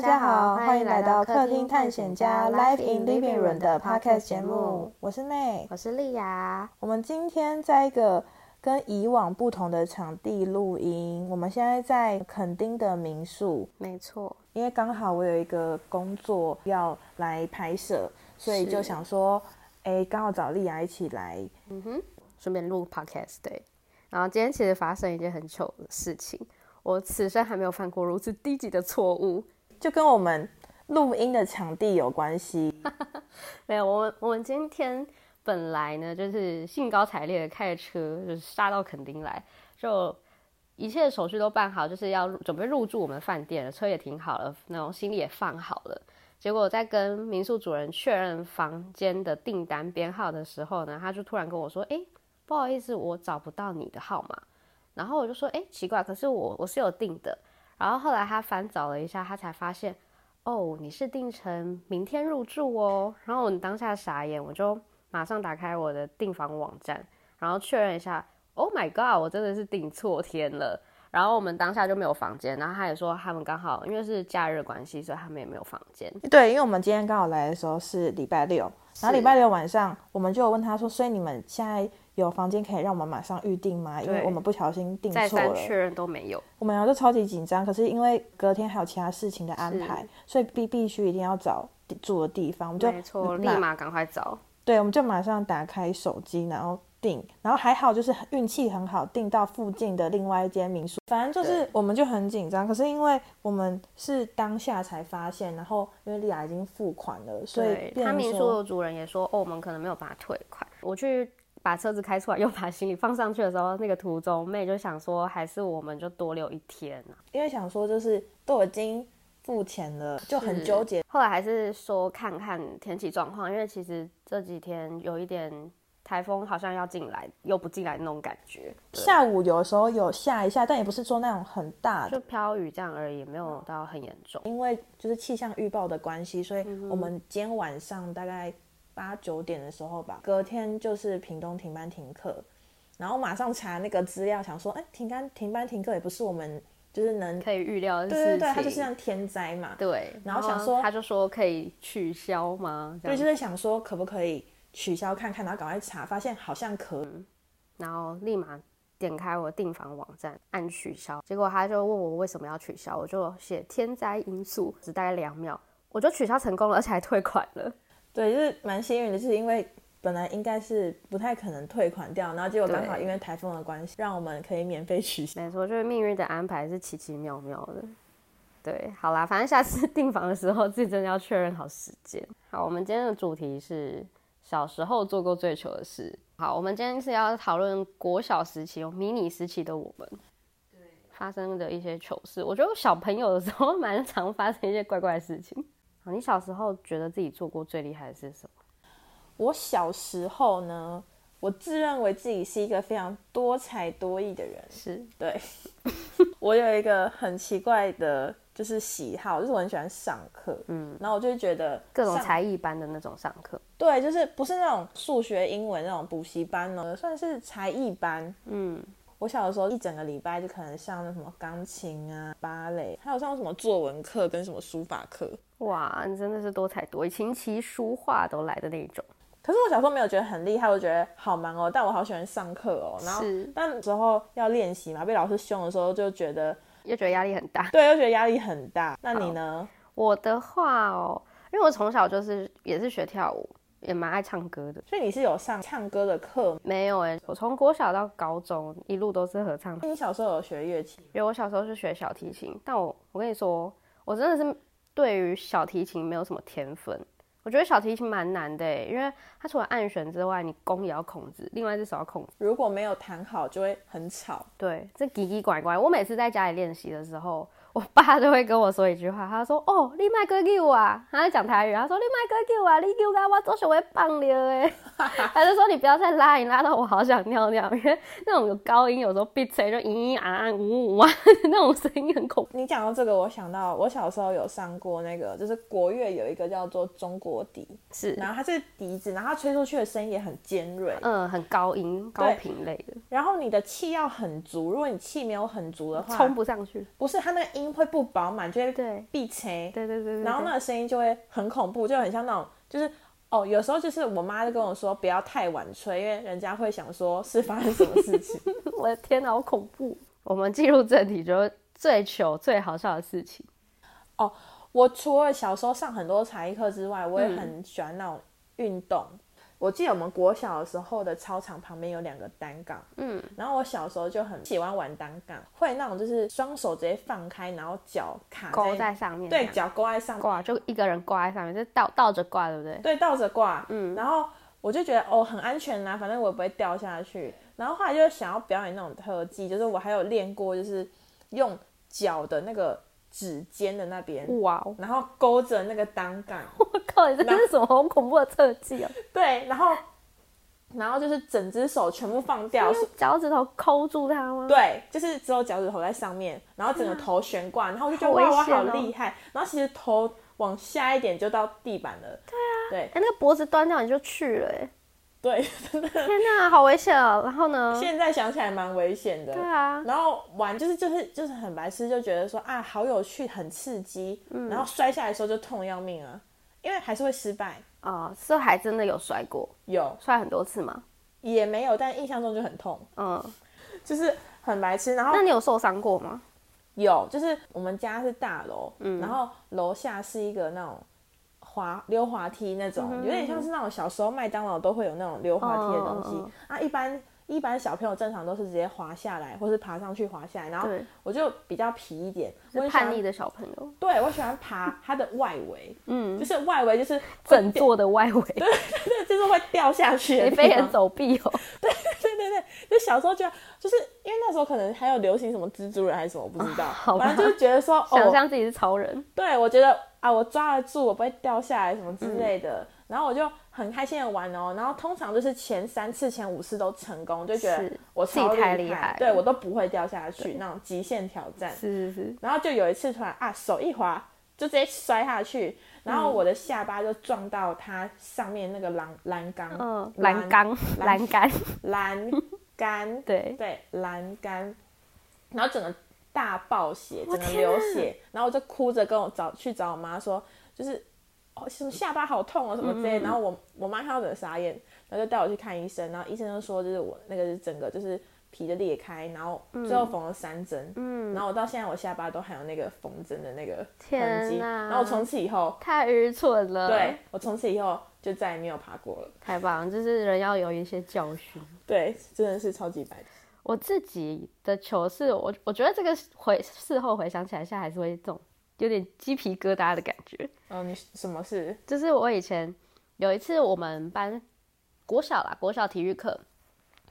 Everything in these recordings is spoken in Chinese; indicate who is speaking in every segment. Speaker 1: 家好，欢迎来到客厅探险家 Live in Living Room 的 Podcast 节目，我是妹。
Speaker 2: 我是丽雅。
Speaker 1: 我们今天在一个跟以往不同的场地录音，我们现在在垦丁的民宿，
Speaker 2: 没错，
Speaker 1: 因为刚好我有一个工作要来拍摄，所以
Speaker 2: 是
Speaker 1: 就想说，哎，刚好找丽雅一起来。
Speaker 2: 顺便录 podcast 对。然后今天其实发生一件很糗的事情，我此生还没有犯过如此低级的错误。
Speaker 1: 就跟我们录音的场地有关系。
Speaker 2: 没有，我们我们今天本来呢就是兴高采烈的开着车，就是杀到垦丁来，就一切手续都办好，就是要入准备入住我们饭店了，车也停好了，然后行李也放好了。结果在跟民宿主人确认房间的订单编号的时候呢，他就突然跟我说：“诶，不好意思，我找不到你的号码。”然后我就说：“诶，奇怪，可是我我是有订的。”然后后来他翻找了一下，他才发现哦，你是定成明天入住哦。然后我当下傻眼，我就马上打开我的订房网站，然后确认一下。Oh my god，我真的是订错天了。然后我们当下就没有房间，然后他也说他们刚好因为是假日关系，所以他们也没有房间。
Speaker 1: 对，因为我们今天刚好来的时候是礼拜六，然后礼拜六晚上我们就有问他说，所以你们现在有房间可以让我们马上预定吗？因为
Speaker 2: 对
Speaker 1: 我们不小心订
Speaker 2: 再
Speaker 1: 错
Speaker 2: 三
Speaker 1: 了，
Speaker 2: 确认都没有，
Speaker 1: 我们俩就超级紧张。可是因为隔天还有其他事情的安排，所以必必须一定要找地住的地方，我们就嗯
Speaker 2: 没错，立
Speaker 1: 马
Speaker 2: 马赶快找。
Speaker 1: 对，我们就马上打开手机，然后订，然后还好就是运气很好，订到附近的另外一间民宿。反正就是我们就很紧张，可是因为我们是当下才发现，然后因为丽雅已经付款了，所以
Speaker 2: 对，
Speaker 1: 变
Speaker 2: 他
Speaker 1: 成
Speaker 2: 民宿
Speaker 1: 说
Speaker 2: 的主人也说，哦，我们可能没有把它退款。我去把车子开出来，又把行李放上去的时候，那个途中妹就想说，还是我们就多留一天啊。
Speaker 1: 因为想说就是都已经付钱了，就很
Speaker 2: 是
Speaker 1: 纠结。
Speaker 2: 后来还是说看看天气状况，因为其实这几天有一点台风好像要进来又不进来那种感觉，对
Speaker 1: 下午有时候有下一下，但也不是说那种很大的
Speaker 2: 就。飘雨这样而已，没有到很严重。
Speaker 1: 因为就是气象预报的关系，所以
Speaker 2: 嗯
Speaker 1: 我们今天晚上大概八九点的时候吧，隔天就是屏东停班停课，然后马上查那个资料，想说，哎，停班停班停课也不是我们就是能，对
Speaker 2: 可以预料的事情，
Speaker 1: 对对，它就是像天灾嘛，
Speaker 2: 对
Speaker 1: 然后想说
Speaker 2: 他就说可以取消吗？这
Speaker 1: 所以
Speaker 2: 样
Speaker 1: 就是想说可不可以取消看看，然后赶快查，发现好像可以，
Speaker 2: 嗯然后立马点开我订房网站按取消，结果他就问我为什么要取消，我就写天灾因素，只大概两秒我就取消成功了，而且还退款了。
Speaker 1: 对，就是蛮幸运的，就是因为。本来应该是不太可能退款掉，然后结果刚好
Speaker 2: 对
Speaker 1: 因为台风的关系，让我们可以免费取消。
Speaker 2: 没错，就是命运的安排是奇奇妙妙的。对，好啦，反正下次 订房的时候自己真的要确认好时间。好，我们今天的主题是小时候做过最糗的事。好，我们今天是要讨论国小时期、迷你时期的我们发生的一些糗事。我觉得我小朋友的时候 蛮常发生一些怪怪的事情。好，你小时候觉得自己做过最厉害的是什么？
Speaker 1: 我小时候呢，我自认为自己是一个非常多才多艺的人。
Speaker 2: 是
Speaker 1: 对，我有一个很奇怪的，就是喜好，就是我很喜欢上课。嗯，然后我就会觉得
Speaker 2: 各种
Speaker 1: 上
Speaker 2: 才艺班的那种上课。
Speaker 1: 对，就是不是那种数学、英文那种补习班哦，算是才艺班。
Speaker 2: 嗯，
Speaker 1: 我小的时候一整个礼拜就可能上那什么钢琴啊、芭蕾，还有上什么作文课跟什么书法课。
Speaker 2: 哇，你真的是多才多艺，琴棋书画都来的那一种。
Speaker 1: 可是我小时候没有觉得很厉害，我觉得好忙哦，但我好喜欢上课哦。然后
Speaker 2: 是
Speaker 1: 但时候要练习嘛，被老师凶的时候就觉得，
Speaker 2: 又觉得压力很大。
Speaker 1: 对，又觉得压力很大。那你呢？
Speaker 2: 我的话哦，因为我从小就是也是学跳舞，也蛮爱唱歌的。
Speaker 1: 所以你是有上唱歌的课吗？
Speaker 2: 没有哎，我从国小到高中一路都是合唱团，
Speaker 1: 你小时候有学乐器？
Speaker 2: 因为我小时候是学小提琴，但我我跟你说，我真的是对于小提琴没有什么天分。我觉得小提琴蛮难的欸，因为它除了按弦之外，你弓也要控制，另外一只手要控制。
Speaker 1: 如果没有弹好，就会很吵。
Speaker 2: 对，这奇奇怪怪。我每次在家里练习的时候，我爸都会跟我说一句话，他说：“哦，你卖个给我啊！”他在讲台语，他说：“你卖个给我啊，你给我啊，我做什么棒了 哎？”他就说：“你不要再拉你拉到我好想尿尿，因为那种有高音，有时候闭嘴就嘤嘤啊啊呜呜啊 那种声音很恐怖。
Speaker 1: 你讲到这个，我想到我小时候有上过那个，就是国乐有一个叫做中国笛，
Speaker 2: 是，
Speaker 1: 然后它是笛子，然后它吹出去的声音也很尖锐，
Speaker 2: 嗯，很高音高
Speaker 1: 对
Speaker 2: 频类的，
Speaker 1: 然后你的气要很足，如果你气没有很足的话，
Speaker 2: 冲不上去。
Speaker 1: 不是它那个音音会不饱满，就会
Speaker 2: 对
Speaker 1: 闭切，
Speaker 2: 对对对对，
Speaker 1: 然后
Speaker 2: 对
Speaker 1: 那个声音就会很恐怖，就很像那种就是。哦，有时候就是我妈就跟我说不要太晚吹，因为人家会想说是发生什么事情。
Speaker 2: 我的天哪，好恐怖！我们进入正题，就是最糗、最好笑的事情。
Speaker 1: 我除了小时候上很多才艺课之外，我
Speaker 2: 嗯
Speaker 1: 也很喜欢那种运动。我记得我们国小的时候的操场旁边有两个单杠，
Speaker 2: 嗯，
Speaker 1: 然后我小时候就很喜欢玩单杠，会那种就是双手直接放开，然后脚卡
Speaker 2: 勾在上面，
Speaker 1: 啊
Speaker 2: 啊
Speaker 1: 对，脚勾在上，
Speaker 2: 挂就一个人挂在上面，就倒倒着挂，对不对？
Speaker 1: 对，倒着挂，嗯，然后我就觉得哦很安全啦、反正我也不会掉下去。然后后来就想要表演那种特技，就是我还有练过，就是用脚的那个指尖的那边，
Speaker 2: 哇哦！
Speaker 1: 然后勾着那个单杠，
Speaker 2: 我靠，你这是什么好恐怖的特技哦！
Speaker 1: 对，然后然后就是整只手全部放掉，
Speaker 2: 用脚趾头抠住它吗？
Speaker 1: 对，就是只有脚趾头在上面，然后整个头悬挂，然后我就觉得
Speaker 2: 好危
Speaker 1: 哇，我好
Speaker 2: 险哦
Speaker 1: 厉害。然后其实头往下一点就到地板了，对
Speaker 2: 哎、那个脖子断掉你就去了、哎，
Speaker 1: 对，真的。
Speaker 2: 天哪，好危险哦！然后呢？
Speaker 1: 现在想起来蛮危险的。
Speaker 2: 对啊，
Speaker 1: 然后玩就是就是就是很白痴，就觉得说啊好有趣，很刺激，
Speaker 2: 嗯
Speaker 1: 然后摔下来的时候就痛得要命啊，因为还是会失败，
Speaker 2: 哦，是还真的有摔过，
Speaker 1: 有
Speaker 2: 摔很多次吗？
Speaker 1: 也没有，但印象中就很痛，
Speaker 2: 嗯，
Speaker 1: 就是很白痴。然后
Speaker 2: 那你有受伤过吗？
Speaker 1: 有就是我们家是大楼，
Speaker 2: 嗯
Speaker 1: 然后楼下是一个那种。滑溜滑梯那
Speaker 2: 嗯
Speaker 1: 种，有点像是那种小时候麦当劳都会有那种溜滑梯的东西、
Speaker 2: 哦哦
Speaker 1: 啊。一般一般小朋友正常都是直接滑下来，或是爬上去滑下来。然后
Speaker 2: 对
Speaker 1: 我就比较皮一点，
Speaker 2: 是
Speaker 1: 我很喜欢
Speaker 2: 叛逆的小朋友，
Speaker 1: 对，我喜欢爬它的外围，
Speaker 2: 嗯，
Speaker 1: 就是外围就是会
Speaker 2: 整
Speaker 1: 掉，
Speaker 2: 座的外围，
Speaker 1: 对， 就是会掉下去的
Speaker 2: 你
Speaker 1: 地 啊
Speaker 2: 飞檐
Speaker 1: 方。
Speaker 2: 走壁哦。
Speaker 1: 对对对，就小时候觉得，就是因为那时候可能还有流行什么蜘蛛人还是什么，我不知道，
Speaker 2: 好吧
Speaker 1: 反正就是觉得说，
Speaker 2: 想
Speaker 1: 哦，
Speaker 2: 象自己是超人，
Speaker 1: 对我觉得啊，我抓得住，我不会掉下来什么之类的。然后我就很开心的玩哦，然后通常就是前三次、前五次都成功，就觉得
Speaker 2: 是
Speaker 1: 我
Speaker 2: 自己
Speaker 1: 超
Speaker 2: 太
Speaker 1: 厉
Speaker 2: 厉害了
Speaker 1: 对我都不会掉下去那种极限挑战。
Speaker 2: 是是是，
Speaker 1: 然后就有一次突然啊，手一滑就直接摔下去，然后我的下巴就撞到它上面那个栏栏杆，
Speaker 2: 嗯，栏杆，
Speaker 1: 栏
Speaker 2: 栏杆，
Speaker 1: 栏 杆，
Speaker 2: 对，
Speaker 1: 对栏杆，然后整个大爆血，整个
Speaker 2: 天
Speaker 1: 流血，然后我就哭着跟我找去找我妈说，就是。哦，什么下巴好痛哦，什么之
Speaker 2: 嗯
Speaker 1: 类的。然后我我妈看到整个傻眼，然后就带我去看医生。然后医生就说，就是我那个是整个就是皮就裂开，然后最后缝了三针。
Speaker 2: 嗯，
Speaker 1: 然后我到现在我下巴都还有那个缝针的那个痕迹，
Speaker 2: 天哪
Speaker 1: 然后我从此以后，
Speaker 2: 太愚蠢了，
Speaker 1: 对，我从此以后就再也没有爬过了。
Speaker 2: 太棒了，就是人要有一些教训。
Speaker 1: 对，真的是超级白痴。
Speaker 2: 我自己的糗事，我我觉得这个回事后回想起来，现在还是会这种有点鸡皮疙瘩的感觉。
Speaker 1: 嗯，你什么事？
Speaker 2: 就是我以前有一次，我们班国小啦，国小体育课，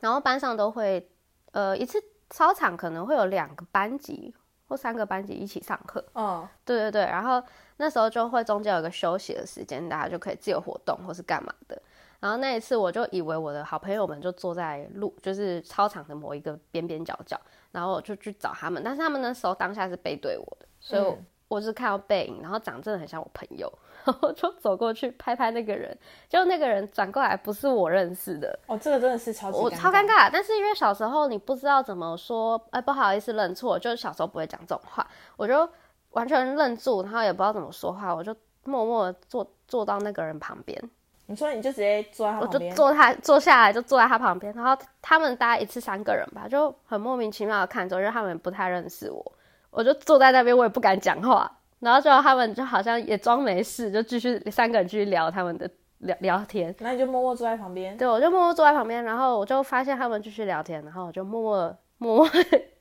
Speaker 2: 然后班上都会，呃，一次操场可能会有两个班级或三个班级一起上课。
Speaker 1: 哦，
Speaker 2: 对对对，然后那时候就会中间有个休息的时间，大家就可以自由活动或是干嘛的。然后那一次，我就以为我的好朋友们就坐在路，就是操场的某一个边边角角，然后我就去找他们，但是他们那时候当下是背对我的，所以我,、
Speaker 1: 嗯
Speaker 2: 我是看到背影，然后长得真的很像我朋友， 然后就走过去拍拍那个人，结果那个人转过来不是我认识的，
Speaker 1: 哦，这个真的是超级
Speaker 2: 我超尴。尬，但是因为小时候你不知道怎么说，哎、不好意思认错，就是小时候不会讲这种话，我就完全愣住，然后也不知道怎么说话，我就默默地坐坐到那个人旁边，
Speaker 1: 你说你就直接坐在他
Speaker 2: 我
Speaker 1: 旁
Speaker 2: 就
Speaker 1: 边，
Speaker 2: 坐他坐下来，就坐在他旁边，然后他们大概一次三个人吧，就很莫名其妙的看着我，因为他们不太认识我，我就坐在那边，我也不敢讲话，然后最后他们就好像也装没事，就继续三个人继续聊他们的聊聊天，
Speaker 1: 那你就默默坐在旁边。
Speaker 2: 对，我就默默坐在旁边，然后我就发现他们继续聊天，然后我就默默默默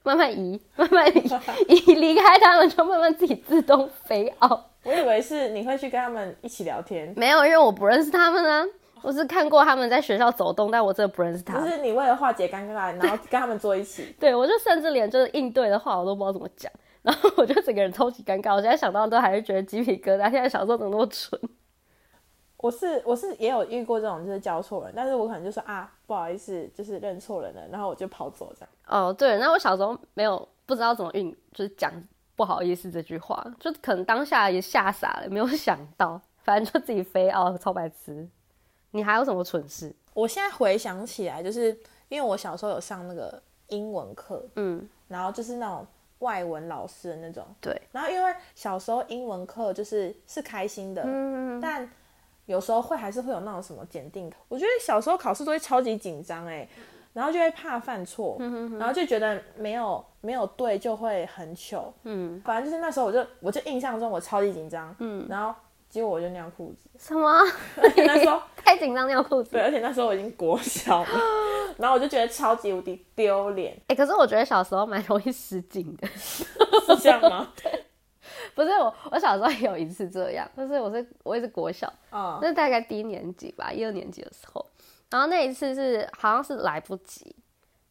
Speaker 2: 慢慢移，慢慢移移离开他们，就慢慢自己自动飞 out。
Speaker 1: 我以为是你会去跟他们一起聊天，
Speaker 2: 没有，因为我不认识他们啊，我只看过他们在学校走动，但我真的不认识他
Speaker 1: 就
Speaker 2: 们。
Speaker 1: 是你为了化解尴尬，然后跟他们坐一起。
Speaker 2: 对，我就甚至连就是应对的话我都不知道怎么讲，然后我就整个人超级尴尬。我现在想到都还是觉得鸡皮疙瘩。现在小时候怎么那么蠢？
Speaker 1: 我是我是也有遇过这种就是教错人，但是我可能就说啊不好意思，就是认错人了，然后我就跑走这样。
Speaker 2: 哦，对，那我小时候没有不知道怎么运，就是讲不好意思这句话，就可能当下也吓傻了，没有想到，反正就自己飞哦，超白痴。你还有什么蠢事？
Speaker 1: 我现在回想起来，就是因为我小时候有上那个英文课，
Speaker 2: 嗯，
Speaker 1: 然后就是那种外文老师的那种。
Speaker 2: 对，
Speaker 1: 然后因为小时候英文课就是是开心的，
Speaker 2: 嗯，
Speaker 1: 但有时候会还是会有那种什么检定，我觉得小时候考试都会超级紧张哎，然后就会怕犯错，
Speaker 2: 嗯
Speaker 1: 然后就觉得没有没有对就会很糗，
Speaker 2: 嗯，
Speaker 1: 反正就是那时候我就我就印象中我超级紧张，嗯，然后结果我就尿裤子，
Speaker 2: 什么？
Speaker 1: 而且那时候
Speaker 2: 太紧张尿裤子
Speaker 1: 对，。而且那时候我已经国小了， 然后我就觉得超级无敌丢脸，
Speaker 2: 哎、可是我觉得小时候蛮容易失禁的。
Speaker 1: 是这样吗？
Speaker 2: 不是我，我小时候也有一次这样，就是我是我也是国小，
Speaker 1: 啊、
Speaker 2: 那大概低年级吧，一二年级的时候，然后那一次是好像是来不及，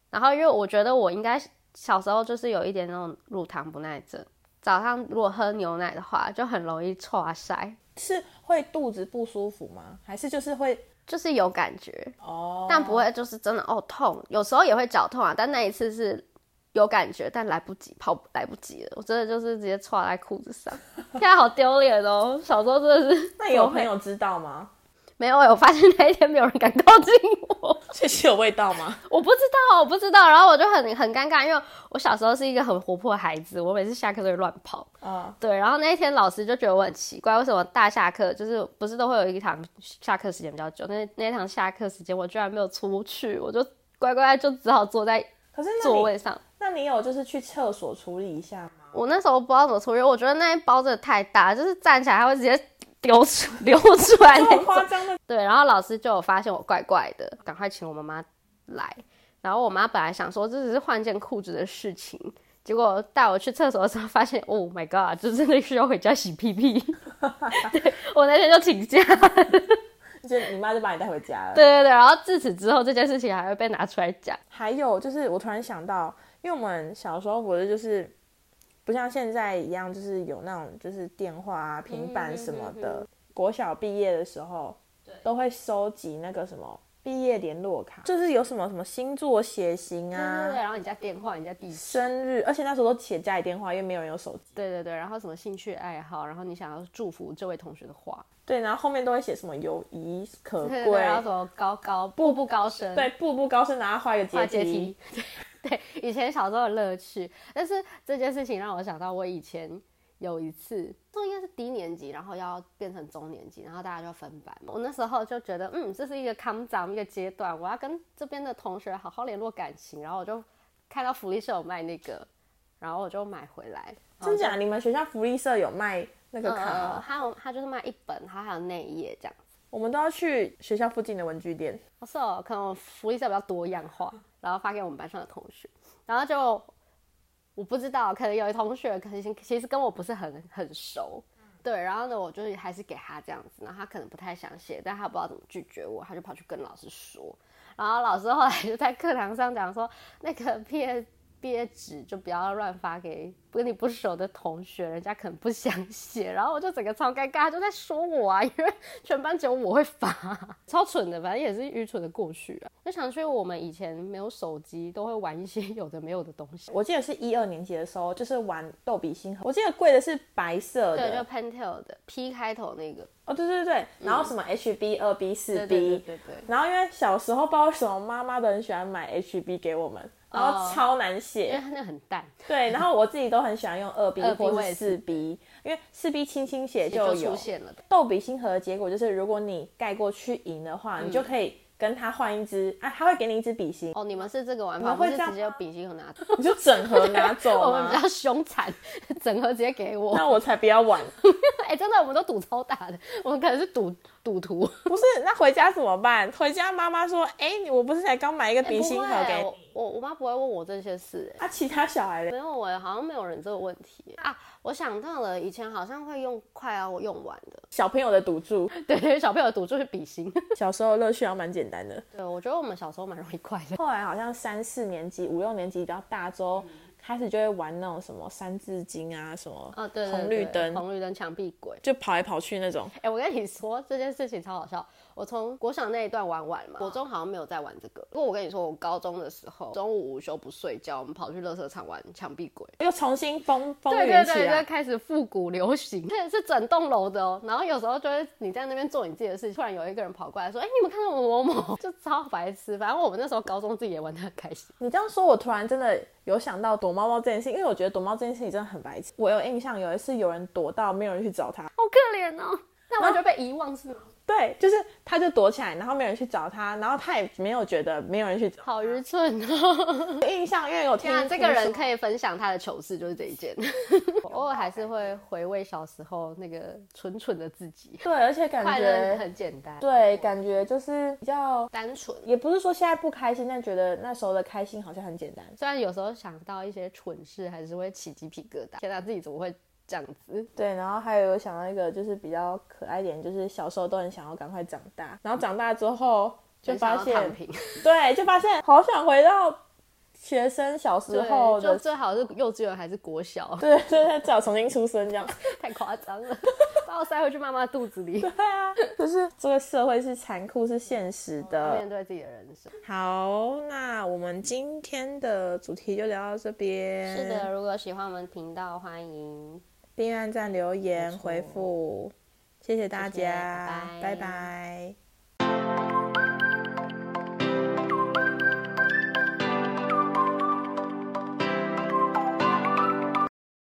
Speaker 2: 然后因为我觉得我应该小时候就是有一点那种乳糖不耐症，早上如果喝牛奶的话，就很容易猝塞，
Speaker 1: 是会肚子不舒服吗？还是就是会
Speaker 2: 就是有感觉，
Speaker 1: 哦？
Speaker 2: 但不会就是真的哦痛，有时候也会绞痛啊，但那一次是有感觉，但来不及跑来不及了，我真的就是直接猝在裤子上， 现在好丢脸哦，小时候真的是
Speaker 1: 那有朋友知道吗？
Speaker 2: 没有，我发现那一天没有人敢靠近我。
Speaker 1: 这是有味道吗？
Speaker 2: 我不知道，我不知道。然后我就很很尴尬，因为我小时候是一个很活泼的孩子，我每次下课都会乱跑。
Speaker 1: 啊、
Speaker 2: 对，然后那一天老师就觉得我很奇怪，为什么大下课就是不是都会有一堂下课时间比较久？那那一堂下课时间我居然没有出去，我就乖乖就只好坐在
Speaker 1: 可是那
Speaker 2: 座
Speaker 1: 你
Speaker 2: 位上。
Speaker 1: 那你有就是去厕所处理一下吗？
Speaker 2: 我那时候不知道怎么出去，我觉得那一包真的太大，就是站起来它会直接流出流出来
Speaker 1: 这
Speaker 2: 那
Speaker 1: 么
Speaker 2: 种
Speaker 1: 夸。张的
Speaker 2: 对，然后老师就有发现我怪怪的，赶快请我妈妈来。然后我妈本来想说这只是换件裤子的事情，结果带我去厕所的时候发现，Oh my god，就真的需要回家洗屁屁。 对我那天就请假。
Speaker 1: 就你妈就把你带回家了。
Speaker 2: 对对对，然后自此之后这件事情还会被拿出来讲。
Speaker 1: 还有就是，我突然想到，因为我们小时候不是就是不像现在一样，就是有那种就是电话
Speaker 2: 嗯
Speaker 1: 啊、平板什么的。国小毕业的时候，都会收集那个什么毕业联络卡，就是有什么什么星座血型
Speaker 2: 对对对，
Speaker 1: 啊、
Speaker 2: 然后你家电话，你家地址，
Speaker 1: 生日，而且那时候都写家里电话，因为没有人有手机。
Speaker 2: 对对对，然后什么兴趣爱好，然后你想要祝福这位同学的话，
Speaker 1: 对，然后后面都会写什么友谊可
Speaker 2: 对
Speaker 1: 贵，
Speaker 2: 对对，然后什么高高步步高升，
Speaker 1: 对，步步高升，然后画一
Speaker 2: 跨
Speaker 1: 个
Speaker 2: 阶
Speaker 1: 阶
Speaker 2: 梯
Speaker 1: 梯。。
Speaker 2: 对，以前小时候的乐趣，但是这件事情让我想到，我以前有一次，这应该是低年级，然后要变成中年级，然后大家就分班嘛。我那时候就觉得，嗯，这是一个康长一个阶段，我要跟这边的同学好好联络感情。然后我就看到福利社有卖那个，然后我就买回来。
Speaker 1: 真假？你们学校福利社有卖那个
Speaker 2: 嗯，嗯
Speaker 1: 卡
Speaker 2: 嗯
Speaker 1: 哦？
Speaker 2: 还有它就是卖一本，然后还有内页这样子。
Speaker 1: 我们都要去学校附近的文具店。
Speaker 2: 我是哦，可能我福利社比较多样化，然后发给我们班上的同学，然后就我不知道，可能有的同学可能其实跟我不是很很熟，对，然后呢，我就是还是给他这样子，然后他可能不太想写，但他不知道怎么拒绝我，他就跑去跟老师说，然后老师后来就在课堂上讲说，那个毕业毕业纸就不要乱发给跟你不熟的同学，人家可能不想写，然后我就整个超尴尬，他就在说我啊，因为全班只有我会发，超蠢的，反正也是愚蠢的过去啊。就想去我们以前没有手机，都会玩一些有的没有的东西，
Speaker 1: 我记得是一二年级的时候，就是玩豆比星河。我记得贵的是白色
Speaker 2: 对，就
Speaker 1: 的，
Speaker 2: Pentel 的 P 开头那个，
Speaker 1: 哦，对对对，然后什么 HB 二 B
Speaker 2: 对
Speaker 1: 四
Speaker 2: 对对
Speaker 1: B，
Speaker 2: 对对。
Speaker 1: 然后因为小时候不知道为什么妈妈都很喜欢买 HB 给我们，然后超难
Speaker 2: 哦因为
Speaker 1: 写，
Speaker 2: 它那个很淡，
Speaker 1: 对，然后我自己都很喜欢用二 B
Speaker 2: 2B
Speaker 1: 或
Speaker 2: 我也
Speaker 1: 是
Speaker 2: 是
Speaker 1: 四 B，因为四 B 轻轻写
Speaker 2: 就
Speaker 1: 有
Speaker 2: 出。现了。
Speaker 1: 豆比星河的结果就是，如果你盖过去赢的
Speaker 2: 嗯
Speaker 1: 话，你就可以跟他换一支，啊，他会给你一支笔芯，
Speaker 2: 哦，你们是这个玩法，
Speaker 1: 你
Speaker 2: 我
Speaker 1: 们会
Speaker 2: 们是
Speaker 1: 这样
Speaker 2: 直接笔芯盒拿 走，
Speaker 1: 你就整盒拿
Speaker 2: 我
Speaker 1: 走
Speaker 2: 们
Speaker 1: 吗
Speaker 2: 比？较凶残，整盒直接给我。
Speaker 1: 那我才不要玩，
Speaker 2: 哎、真的，我们都赌超大的，我们可能是赌赌 徒。
Speaker 1: 不是？那回家怎么办？回家妈妈说，哎、你我不是才刚买一个笔芯盒给
Speaker 2: 哎不
Speaker 1: 你
Speaker 2: 会？我，我我妈不会问我这些事、哎
Speaker 1: 啊，其他小孩的
Speaker 2: 没有，我好像没有人这个问题啊。我想到了，以前好像会用快要用完的，
Speaker 1: 小朋友的赌 注，
Speaker 2: 对，小朋友赌注是笔芯。
Speaker 1: 小时候乐趣还蛮简单的。
Speaker 2: 对，我觉得我们小时候蛮容易快乐。
Speaker 1: 后来好像三四年级、五六年级比较大之后，嗯开始就会玩那种什么三字经啊，什么
Speaker 2: 啊，对对对
Speaker 1: 红绿灯，
Speaker 2: 红绿灯，墙壁鬼。
Speaker 1: 就跑来跑去那种。
Speaker 2: 哎、我跟你说这件事情超好笑。我从国小那一段玩完嘛，国中好像没有再玩这个。不过我跟你说，我高中的时候，中午午休不睡觉，我们跑去乐色场玩墙壁鬼。
Speaker 1: 又重新风风
Speaker 2: 对对
Speaker 1: 云起
Speaker 2: 对，就
Speaker 1: 来，
Speaker 2: 开始复古流行，而啊且是整栋楼的哦。然后有时候就会你在那边做你自己的事情，突然有一个人跑过来说：“哎、你们看到某某某？”就超白痴。反正我们那时候高中自己也玩得很开心。
Speaker 1: 你这样说，我突然真的有想到躲猫猫这件事，因为我觉得躲猫这件事情真的很白痴。我有印象，有一次有人躲到没有人去找他，
Speaker 2: 好可怜哦。那我就被遗忘是吗？
Speaker 1: 对，就是他就躲起来，然后没有人去找他，然后他也没有觉得没有人去找。
Speaker 2: 好愚蠢哦！
Speaker 1: 有印象因为有听
Speaker 2: 啊那这个人
Speaker 1: 以
Speaker 2: 可以分享他的糗事，就是这一件。我 偶尔还是会回味小时候那个蠢蠢的自己，
Speaker 1: 对，而且
Speaker 2: 快
Speaker 1: 感
Speaker 2: 乐
Speaker 1: 觉
Speaker 2: 很简单，
Speaker 1: 对，感觉就是比较，
Speaker 2: 单纯。
Speaker 1: 也不是说现在不开心，但觉得那时候的开心好像很简单。
Speaker 2: 虽然有时候想到一些蠢事，还是会起鸡皮疙瘩。天哪，自己怎么会这样子？
Speaker 1: 对，然后还有想到一个就是比较可爱一点，就是小时候都很想要赶快长大，然后长大之后就
Speaker 2: 想
Speaker 1: 发
Speaker 2: 要
Speaker 1: 现
Speaker 2: 躺，平，
Speaker 1: 对，就发现好想回到学生小时候
Speaker 2: 对，就
Speaker 1: 的，
Speaker 2: 最好是幼稚园还是国 小，
Speaker 1: 对对对，最好重新出生这样。
Speaker 2: 太夸张了，把我塞回去妈妈肚子里，
Speaker 1: 对啊，就是这个社会是残酷，是现实的
Speaker 2: 面。对自己的人生。
Speaker 1: 好，那我们今天的主题就聊到这边。
Speaker 2: 是的，，如果喜欢我们频道，欢迎
Speaker 1: 订阅、按赞、留言、
Speaker 2: 没错
Speaker 1: 回复，谢谢大
Speaker 2: 谢谢
Speaker 1: 家，
Speaker 2: 拜拜
Speaker 1: 拜拜